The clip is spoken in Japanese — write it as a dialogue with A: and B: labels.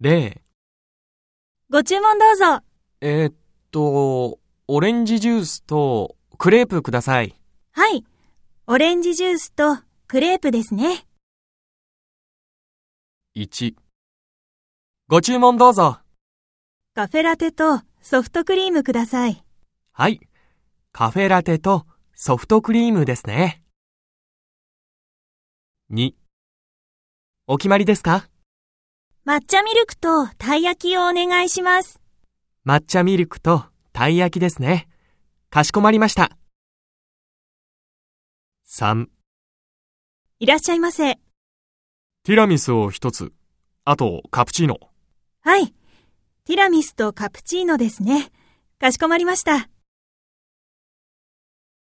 A: 例、
B: ご注文どうぞ。
A: えーっと、オレンジジュースとクレープください。
B: はい。オレンジジュースとクレープですね。
A: 1。ご注文どうぞ。
B: カフェラテとソフトクリームください。
A: はい。カフェラテとソフトクリームですね。2。お決まりですか
B: 抹茶ミルクとたい焼きをお願いします。
A: 抹茶ミルクとたい焼きですね。かしこまりました。3。
B: いらっしゃいませ。
A: ティラミスを一つ。あと、カプチーノ。
B: はい。ティラミスとカプチーノですね。かしこまりました。